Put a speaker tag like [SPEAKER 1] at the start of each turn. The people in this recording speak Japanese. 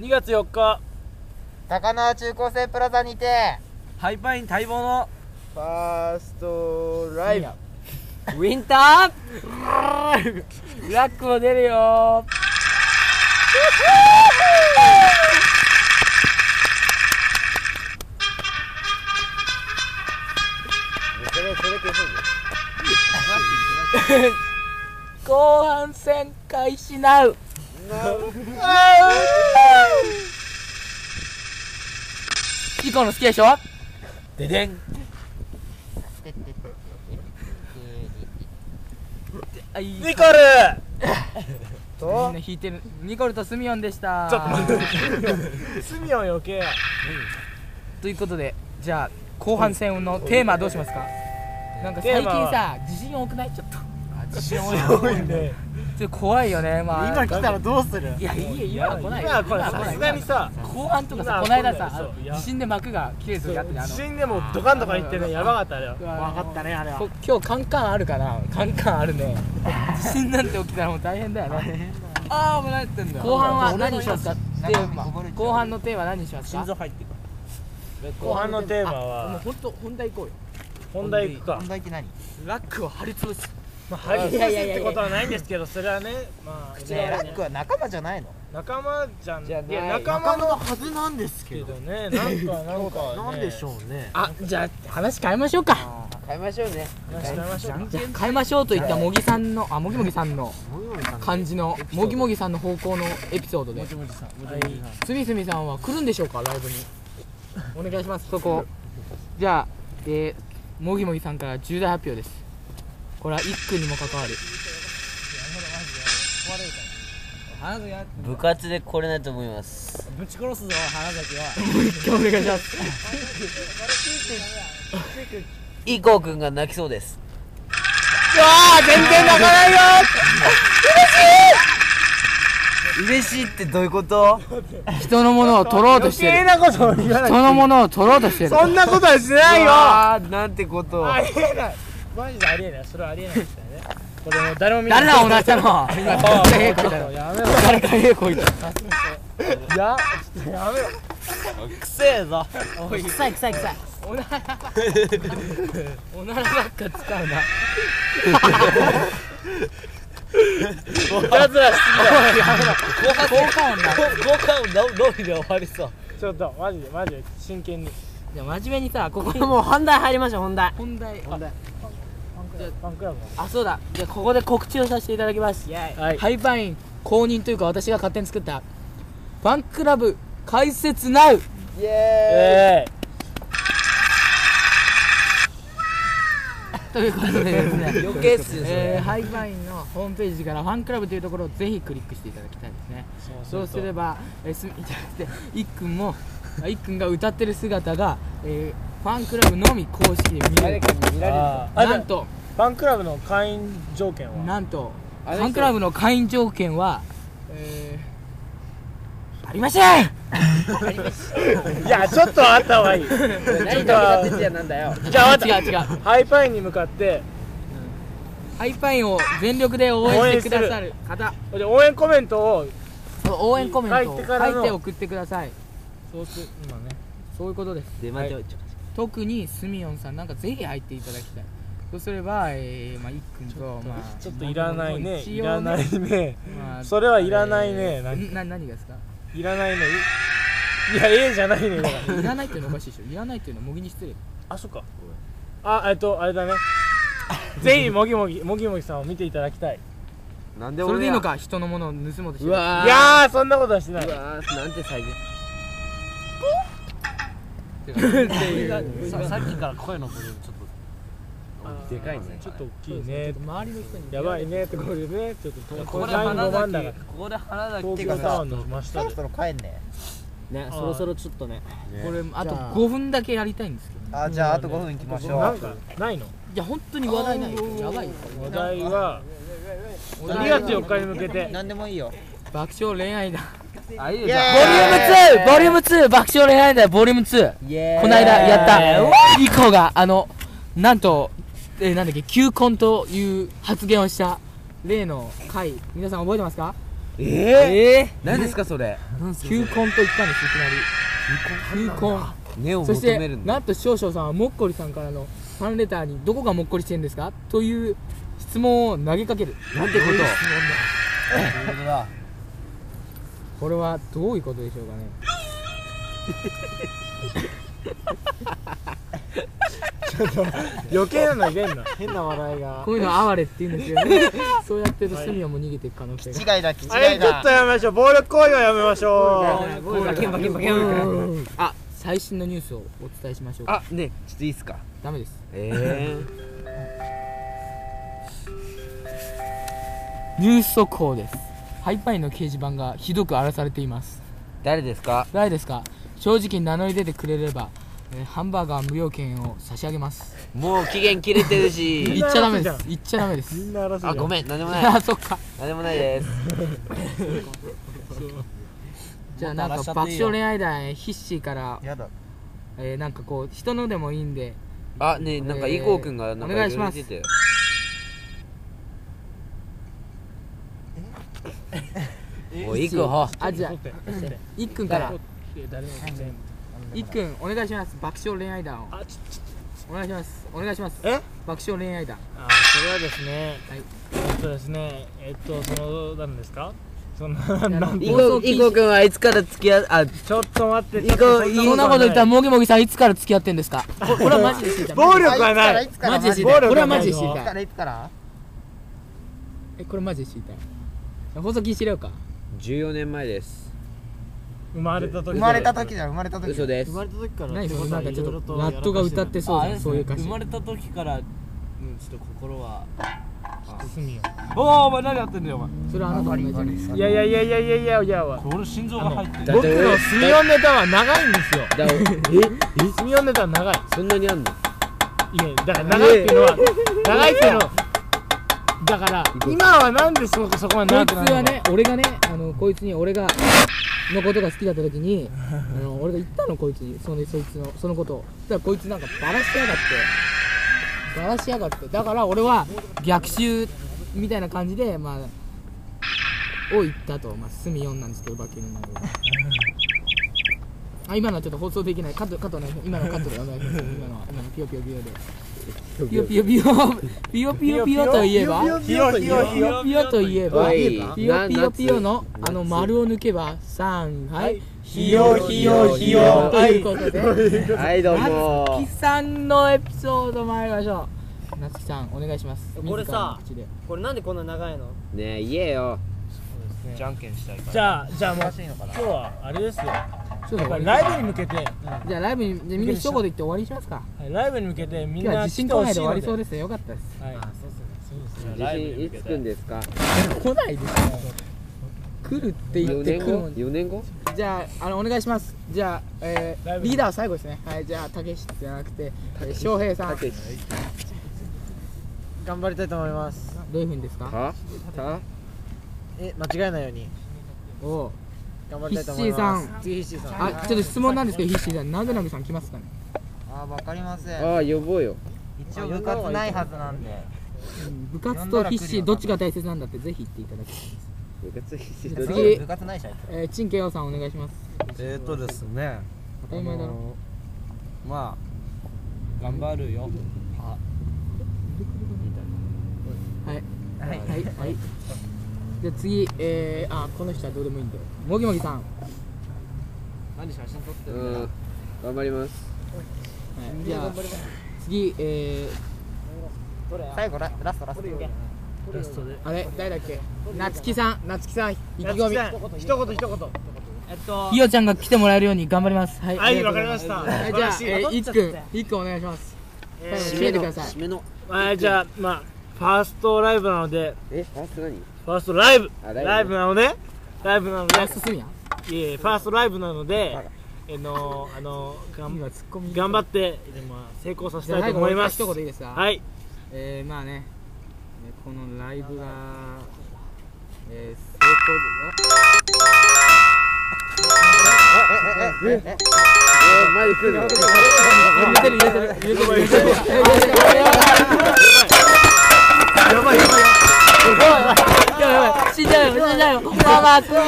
[SPEAKER 1] 2月4日
[SPEAKER 2] 高輪中高生プラザにて
[SPEAKER 1] ハイパイン待望の
[SPEAKER 3] ファーストライブ
[SPEAKER 4] ウィンタ ーラックも出るよ
[SPEAKER 3] それそれ消そうぜ
[SPEAKER 4] 後半戦開始なうピコの好きでしょ
[SPEAKER 1] ででん
[SPEAKER 4] あいい
[SPEAKER 1] ニコル
[SPEAKER 4] みんな
[SPEAKER 3] と
[SPEAKER 4] 弾いてるニコルとスミヨンでした
[SPEAKER 1] ちょっと待って
[SPEAKER 3] 罪を余計
[SPEAKER 4] ということでじゃあ後半戦のテーマどうしますかなんか最近さ自信多くないちょっと
[SPEAKER 3] 自信多いね
[SPEAKER 4] ちょっと怖いよねまあ
[SPEAKER 3] 今来たらどうする
[SPEAKER 4] いやいいよ今は来ないよ
[SPEAKER 1] 今はこれ
[SPEAKER 4] は来
[SPEAKER 1] さ
[SPEAKER 4] ない
[SPEAKER 1] すがにさ
[SPEAKER 4] 後半とか
[SPEAKER 1] 今
[SPEAKER 4] さ
[SPEAKER 1] は
[SPEAKER 4] この間
[SPEAKER 1] 来ない
[SPEAKER 4] さ
[SPEAKER 1] そういや
[SPEAKER 4] 地震で幕が切れる時あってねあ
[SPEAKER 1] 地
[SPEAKER 4] の
[SPEAKER 1] 震でもドカンとか行ってねやばかったあれよ
[SPEAKER 4] う
[SPEAKER 3] 分
[SPEAKER 4] わ
[SPEAKER 3] かったねあれは
[SPEAKER 4] こ今日カンカンあるかなカンカンある ね地震なんて起きたらもう大変だよね
[SPEAKER 1] ああもう慣れてんだ
[SPEAKER 4] 後半は何にしますかテーマ
[SPEAKER 2] 中身こぼれちゃう
[SPEAKER 4] 後半のテーマ何にしますか
[SPEAKER 1] 入ってる後半のテーマ
[SPEAKER 4] あもう
[SPEAKER 1] は
[SPEAKER 4] 本当本題行こうよ
[SPEAKER 1] 本題行くか
[SPEAKER 2] 問題って何
[SPEAKER 4] ラックを張り潰す
[SPEAKER 1] まあ入りやすいってことはないんですけどそれはねまあ
[SPEAKER 4] 口
[SPEAKER 2] ねえラック
[SPEAKER 1] ね
[SPEAKER 2] は仲間じゃないの
[SPEAKER 1] 仲間じゃんい
[SPEAKER 4] じゃ
[SPEAKER 1] や
[SPEAKER 4] ない
[SPEAKER 1] 仲
[SPEAKER 3] 仲間
[SPEAKER 1] 間の
[SPEAKER 3] のはずなんですけ
[SPEAKER 1] けど
[SPEAKER 3] ど
[SPEAKER 1] ねなんかなんか
[SPEAKER 3] なんでしょうね
[SPEAKER 4] あじゃあ話変えましょうか
[SPEAKER 2] 買いましょうね
[SPEAKER 1] う話し合いましょうか
[SPEAKER 4] じゃあ変えましょうと言った茂木さんのあ茂木茂木さんの感じのもぎもぎさんの方向のエピソードでスミスミさんは来るんでしょうかライブにお願いしますそこじゃあえー、もぎもぎさんから重大発表ですこれは一句にも関わる
[SPEAKER 5] 部活で来れないと思います
[SPEAKER 1] ぶち殺すぞ花崎は
[SPEAKER 4] もう一回お願いします
[SPEAKER 5] イコーくんが泣きそうです
[SPEAKER 4] あ全然泣かないよ
[SPEAKER 5] 嬉しいってどういうこと
[SPEAKER 4] 人のものを取ろうとしてる
[SPEAKER 1] なことを言わない
[SPEAKER 4] 人のものを取ろうとしてる
[SPEAKER 1] そんなことはしないよ
[SPEAKER 5] あーなんてことを
[SPEAKER 1] ありえないマジでありえないそれはありえないですよねこれもう誰も見ない
[SPEAKER 4] 誰だおなしたの今
[SPEAKER 1] あ
[SPEAKER 4] 誰か平子いたの
[SPEAKER 1] やめろ
[SPEAKER 4] 誰か平子いた
[SPEAKER 1] やちょっとやめろ
[SPEAKER 5] くせえぞ
[SPEAKER 4] 臭い臭い臭いおならおならばっか使うな
[SPEAKER 1] イタズラし
[SPEAKER 4] 効果音だ
[SPEAKER 5] 交換のロビで終わりそう
[SPEAKER 1] すぎちょっとマジでマジで真剣に
[SPEAKER 4] じゃあ真面目にさここに
[SPEAKER 6] もう本題入りましょう本題
[SPEAKER 4] 本題
[SPEAKER 1] ファンクラブ
[SPEAKER 4] あそうだじゃあここで告知をさせていただきます
[SPEAKER 1] はい
[SPEAKER 4] ハイパイン公認というか私が勝手に作ったファンクラブ開設なう
[SPEAKER 2] イエ
[SPEAKER 1] え
[SPEAKER 4] ということでですね
[SPEAKER 5] 余計っすよそれ
[SPEAKER 4] えーハイパインのホームページからファンクラブというところをぜひクリックしていただきたいですね
[SPEAKER 1] ー
[SPEAKER 4] そうすれば、えー、すみじゃなくていっくんもあいっくんが歌ってる姿が、えー、ファンクラブのみ公式で見れる
[SPEAKER 1] あーあじ
[SPEAKER 4] な
[SPEAKER 1] ゃ
[SPEAKER 4] んと
[SPEAKER 1] あファンクラブの会員条件は
[SPEAKER 4] なんとファンクラブの会員条件は、えー、ありません
[SPEAKER 1] いやちょっとあった方がいい
[SPEAKER 6] 何
[SPEAKER 1] と
[SPEAKER 6] が哲也なんだよ
[SPEAKER 1] じゃあ分か
[SPEAKER 4] 違
[SPEAKER 1] っ
[SPEAKER 4] う違う
[SPEAKER 1] た ハイパインに向かって
[SPEAKER 4] ハイパインを全力で応援してくださる方
[SPEAKER 1] で応援コメントを
[SPEAKER 4] 応援コメント
[SPEAKER 1] 書い
[SPEAKER 4] を
[SPEAKER 1] てからの
[SPEAKER 4] 書いて送ってください
[SPEAKER 1] そうす今ね
[SPEAKER 4] そういうことです
[SPEAKER 5] 出前ちょ
[SPEAKER 4] 特にスミヨンさんなんかぜひ入っていただきたいそうすれば、えーまあ、いっくんとまあ
[SPEAKER 1] ちょっといらないね
[SPEAKER 4] 一応
[SPEAKER 1] いらないね
[SPEAKER 4] まあ
[SPEAKER 1] それはいらないね
[SPEAKER 4] えー
[SPEAKER 1] なんか
[SPEAKER 4] んな何がですか
[SPEAKER 1] いらないねいや A じゃないねだから
[SPEAKER 4] いらないっていうのおかしいでしょいらないっていうのは模擬に失礼
[SPEAKER 1] あそっかあえっとあれだ ねぜひもぎもぎもぎもぎさんを見ていただきたい
[SPEAKER 5] なんで
[SPEAKER 4] それでいい
[SPEAKER 5] や
[SPEAKER 4] のか人のものを盗もうとして
[SPEAKER 5] う
[SPEAKER 4] る
[SPEAKER 5] わー
[SPEAKER 1] いやーそんなことはしてないう
[SPEAKER 5] わーなんて最善 さっきから声のボリュームちょ
[SPEAKER 1] あ
[SPEAKER 5] っ
[SPEAKER 1] ー
[SPEAKER 5] とでかいね
[SPEAKER 1] ちょっと大きいね
[SPEAKER 4] 周りの人に
[SPEAKER 1] やばいねってこれねちょっと東
[SPEAKER 5] ここ
[SPEAKER 1] 京
[SPEAKER 5] で
[SPEAKER 1] タワー
[SPEAKER 5] 花
[SPEAKER 1] の真ん中
[SPEAKER 5] 崎ここで花崎
[SPEAKER 1] 東京タワーの真
[SPEAKER 2] ー
[SPEAKER 1] 下
[SPEAKER 2] そろ
[SPEAKER 1] で
[SPEAKER 2] そろ帰んね
[SPEAKER 6] ね
[SPEAKER 1] あー
[SPEAKER 6] そろそろちょっとね
[SPEAKER 4] これあと
[SPEAKER 6] じゃあ
[SPEAKER 4] 5分だけやりたいんですけどね
[SPEAKER 2] あじゃああと5分行きましょ
[SPEAKER 1] なん
[SPEAKER 2] う
[SPEAKER 1] かないの
[SPEAKER 4] いや本当に話題ないですよやばいよ
[SPEAKER 1] お題は
[SPEAKER 4] お題
[SPEAKER 1] 2
[SPEAKER 4] は
[SPEAKER 1] 月4日に向けて
[SPEAKER 2] 何でもいいよ
[SPEAKER 4] 爆笑恋愛だ
[SPEAKER 5] あいい
[SPEAKER 2] イエ
[SPEAKER 4] ボリューム2ボリューム2爆笑恋愛だボリューム2
[SPEAKER 2] イエーイ
[SPEAKER 4] この間やった以降があのなんと、えーなんだっけ求婚という発言をした例の回皆さん覚えてますか
[SPEAKER 2] ええ
[SPEAKER 4] え
[SPEAKER 2] 何ですかそれ
[SPEAKER 4] ー、球根と言ったんですいきなり球根
[SPEAKER 2] 根を
[SPEAKER 4] そ
[SPEAKER 2] 求
[SPEAKER 4] し
[SPEAKER 2] め
[SPEAKER 4] て
[SPEAKER 2] るんだ
[SPEAKER 4] なんと少々さんはもっこりさんからのファンレターにどこがもっこりしてるんですかという質問を投げかける
[SPEAKER 2] なんてこと
[SPEAKER 4] これはどういうことでしょうかね
[SPEAKER 1] 余計なの入れんな
[SPEAKER 3] 変な笑いが
[SPEAKER 4] こういうの哀れって言うんです よねそうやってると隅はもう逃げていく可能性が
[SPEAKER 2] 違いだ気
[SPEAKER 1] あれちょっとやめましょう暴力行為はやめましょう
[SPEAKER 6] バケンバケンバケ
[SPEAKER 4] う
[SPEAKER 6] ン
[SPEAKER 4] んあ最新のニュースをお伝えしましょうか
[SPEAKER 2] あねちょっといいっすか
[SPEAKER 4] ダメです
[SPEAKER 2] え
[SPEAKER 4] ニュース速報ですハイパイの掲示板がひどく荒らされています
[SPEAKER 2] え誰ですか
[SPEAKER 4] 誰ですか正直に名乗り出てくれれば、えーハンバーガー無料券を差し上げます
[SPEAKER 5] もう期限切れてるし
[SPEAKER 4] 言っちゃダメです言っちゃダメです
[SPEAKER 1] みんな争うじゃ
[SPEAKER 5] あ
[SPEAKER 1] ん
[SPEAKER 5] ごめん何でもない
[SPEAKER 4] あそっか
[SPEAKER 5] 何でもないです
[SPEAKER 4] じゃあなんか爆笑恋愛団ヒッシーから、
[SPEAKER 2] やだ
[SPEAKER 4] えーなんかこう人のでもいいんで
[SPEAKER 5] あねえなんか
[SPEAKER 4] えー
[SPEAKER 5] イゴーくんがなん
[SPEAKER 4] お
[SPEAKER 5] か
[SPEAKER 4] 願い
[SPEAKER 5] い
[SPEAKER 4] し
[SPEAKER 5] ろい
[SPEAKER 4] ま
[SPEAKER 5] ろ
[SPEAKER 4] す
[SPEAKER 5] 出てたよおいイゴー
[SPEAKER 4] あじゃあ
[SPEAKER 1] 取って取って
[SPEAKER 4] いっくんから
[SPEAKER 1] 誰も全然
[SPEAKER 4] いっくんお願いします爆笑恋愛団を
[SPEAKER 1] あちょちょ
[SPEAKER 4] お願いしますお願いします
[SPEAKER 1] え
[SPEAKER 4] 爆笑恋愛団
[SPEAKER 1] あそれはですね
[SPEAKER 4] はい
[SPEAKER 1] えっとですねえっとその何ですかそのな
[SPEAKER 4] あ
[SPEAKER 1] な
[SPEAKER 4] の
[SPEAKER 1] ん
[SPEAKER 5] イ
[SPEAKER 4] い
[SPEAKER 5] ゴ
[SPEAKER 4] 放送
[SPEAKER 5] ー
[SPEAKER 4] 禁止
[SPEAKER 5] イゴーくんはいつから付き合うあ
[SPEAKER 1] ちょっと待っ
[SPEAKER 5] い
[SPEAKER 1] てちょっと
[SPEAKER 5] い
[SPEAKER 4] そんなこと言ったらもぎもぎさんいつから付き合ってんですかここれはマジで知りたい
[SPEAKER 1] 暴力はない
[SPEAKER 2] つ
[SPEAKER 4] マジで知り
[SPEAKER 1] 暴
[SPEAKER 4] たい
[SPEAKER 1] 力は
[SPEAKER 4] これはマジで知り
[SPEAKER 1] な
[SPEAKER 2] つ
[SPEAKER 1] い
[SPEAKER 2] か
[SPEAKER 4] たい
[SPEAKER 2] らいつから
[SPEAKER 4] えこれマジで知りたい放送禁止令か
[SPEAKER 5] 14年前です
[SPEAKER 1] 生まれた時
[SPEAKER 2] 生まれた時じゃん生まれた時
[SPEAKER 5] 嘘です
[SPEAKER 3] 生まれた時から
[SPEAKER 4] 何それなんかちょっ
[SPEAKER 3] 色
[SPEAKER 4] と
[SPEAKER 3] 々
[SPEAKER 4] ラットが歌ってそうじゃんそういう歌詞
[SPEAKER 6] た時からちょっと心は
[SPEAKER 1] 進みよ
[SPEAKER 6] おおお前何やってんだよお前
[SPEAKER 4] それはあなたの同じじゃないですか
[SPEAKER 1] いやいやいやいやいやいやいやわ
[SPEAKER 6] 俺心臓が入ってる
[SPEAKER 5] だっ
[SPEAKER 1] 僕
[SPEAKER 5] て
[SPEAKER 1] の住み音ネタは長いんですよ
[SPEAKER 5] だだ
[SPEAKER 1] 住み音ネタは長い
[SPEAKER 5] そんなにあんの
[SPEAKER 1] いやだから長いっていうのは長いっていうのはだから今はなんでそこそこまで
[SPEAKER 4] こい
[SPEAKER 1] 長
[SPEAKER 4] つ
[SPEAKER 1] くなるの
[SPEAKER 4] はね俺がねあのこいつに俺がのことが好きだった時にあの俺が言ったのこいつにそのそいつのそのことをだからこいつなんかバラしやがってバラしやがってだから俺は逆襲みたいな感じでまあを言ったとまあ隅4なんですけどバケルの中であ今のはちょっと放送できないカットカットね今のカットでお願いします今のは今のピヨピヨピヨでピヨピヨピヨピヨピヨピヨといえば
[SPEAKER 1] ひよひよひ
[SPEAKER 4] ピ
[SPEAKER 1] よ
[SPEAKER 4] ヨピヨといえば
[SPEAKER 5] おい
[SPEAKER 4] ピヨピヨピヨピヨの
[SPEAKER 5] 夏
[SPEAKER 4] あの丸を抜けば3はいひ
[SPEAKER 5] よひよひよ
[SPEAKER 4] ということで
[SPEAKER 5] はいどう
[SPEAKER 4] 夏
[SPEAKER 5] も
[SPEAKER 4] 木さんのエピソード参りましょう夏木さんお願いします
[SPEAKER 6] これさ
[SPEAKER 4] 自らの口で
[SPEAKER 6] これなんでこんな長いの
[SPEAKER 5] ねえ言えよ
[SPEAKER 2] じゃんけんしたい
[SPEAKER 1] じゃあじゃあもう
[SPEAKER 2] しいのかな
[SPEAKER 1] 今日はあれですよや
[SPEAKER 4] そう
[SPEAKER 1] っ
[SPEAKER 4] そ
[SPEAKER 1] ぱ
[SPEAKER 4] う
[SPEAKER 1] りライブに向けて
[SPEAKER 4] じゃあライブにじゃあみんな一言言って終わりにしますか
[SPEAKER 1] ライブに向けてみん
[SPEAKER 4] 今日は
[SPEAKER 1] な
[SPEAKER 4] 地震
[SPEAKER 1] 来て
[SPEAKER 4] 来な
[SPEAKER 1] ほ
[SPEAKER 4] い
[SPEAKER 1] し
[SPEAKER 4] で終
[SPEAKER 1] いの
[SPEAKER 4] わ
[SPEAKER 1] で
[SPEAKER 4] りそうですねよかったです
[SPEAKER 1] はい
[SPEAKER 5] 地震いつ来るんですか
[SPEAKER 4] 来ないです来るって言
[SPEAKER 5] 4
[SPEAKER 4] って
[SPEAKER 5] 年
[SPEAKER 4] 来るも
[SPEAKER 5] 後
[SPEAKER 4] ん
[SPEAKER 5] 4年後
[SPEAKER 4] じゃああのお願いしますじゃあ、え
[SPEAKER 1] ライ
[SPEAKER 4] ー、
[SPEAKER 1] ブに
[SPEAKER 4] リーダーは最後ですねはいじゃあたけしじゃなくてえー翔平さん
[SPEAKER 5] た
[SPEAKER 4] ど
[SPEAKER 5] けし
[SPEAKER 2] 頑張りたいと思います
[SPEAKER 4] ういうふうにですか
[SPEAKER 5] たた
[SPEAKER 2] え間違えないように
[SPEAKER 4] おお
[SPEAKER 2] 頑張
[SPEAKER 4] りたいと思いますヒッシーさん
[SPEAKER 2] 次ヒッシーさ
[SPEAKER 4] あちょっと質問なんですけどヒッシーさんなぜなぐさん来ますかね
[SPEAKER 2] あわかりません
[SPEAKER 5] ああ呼ぼうよ
[SPEAKER 2] 一応部活ないはずなんで
[SPEAKER 4] 部活とヒッシーどっちが大切なんだってぜひ言っていただきたいです
[SPEAKER 5] 部活必死
[SPEAKER 4] 次
[SPEAKER 2] 部活ないしあいつ
[SPEAKER 4] えー、陳慶王さんお願いします
[SPEAKER 7] えー、とですね、
[SPEAKER 4] 当たり前だろ
[SPEAKER 7] まあ、頑張るよ。
[SPEAKER 4] はいはいはい、はい、じゃあ次えー、あこの人はどうでもいいんでもぎもぎさん
[SPEAKER 6] 何写真撮って
[SPEAKER 5] うん頑張ります
[SPEAKER 4] はいじゃあ次え
[SPEAKER 2] 最後ララストラスト
[SPEAKER 4] ー、あれ誰だっけなつきさんなつきさん意気
[SPEAKER 1] 夏
[SPEAKER 4] 込
[SPEAKER 1] 木
[SPEAKER 4] み
[SPEAKER 1] さん一言一言
[SPEAKER 6] えっと
[SPEAKER 4] ひよちゃんが来てもらえるように頑張りますはい
[SPEAKER 1] は
[SPEAKER 4] あ
[SPEAKER 1] い
[SPEAKER 4] り
[SPEAKER 1] わ
[SPEAKER 4] が
[SPEAKER 1] か
[SPEAKER 4] とう
[SPEAKER 1] り
[SPEAKER 4] ござい
[SPEAKER 1] ま
[SPEAKER 4] ます
[SPEAKER 1] した
[SPEAKER 4] はいじゃあ、えー、いっくんいっくんお願いします最後締めてください
[SPEAKER 5] 締めの
[SPEAKER 1] はいじゃあまあファーストライブなので
[SPEAKER 5] えファースト何
[SPEAKER 1] ファーストライブ
[SPEAKER 5] あライブ
[SPEAKER 1] ライブなのでライブなので
[SPEAKER 4] ラストすみや
[SPEAKER 1] いえいえファーストライブなのであのあの頑
[SPEAKER 4] 今ツッコミ
[SPEAKER 1] 頑張ってでもまあ成功させ
[SPEAKER 4] じゃ
[SPEAKER 1] た
[SPEAKER 4] あ
[SPEAKER 1] い
[SPEAKER 4] 最後
[SPEAKER 1] と思い
[SPEAKER 4] 俺
[SPEAKER 1] ま
[SPEAKER 4] が
[SPEAKER 1] す
[SPEAKER 4] 一言いいですか
[SPEAKER 1] はい
[SPEAKER 4] えー、まあね、えーこのライブが、えー、成
[SPEAKER 5] え前に来るの
[SPEAKER 4] 功で、あ、入れてる入れてる入れてる入れてる入れてる
[SPEAKER 1] やばいやばいやばい
[SPEAKER 4] やばい死んじゃうよ死んじゃうよママ強い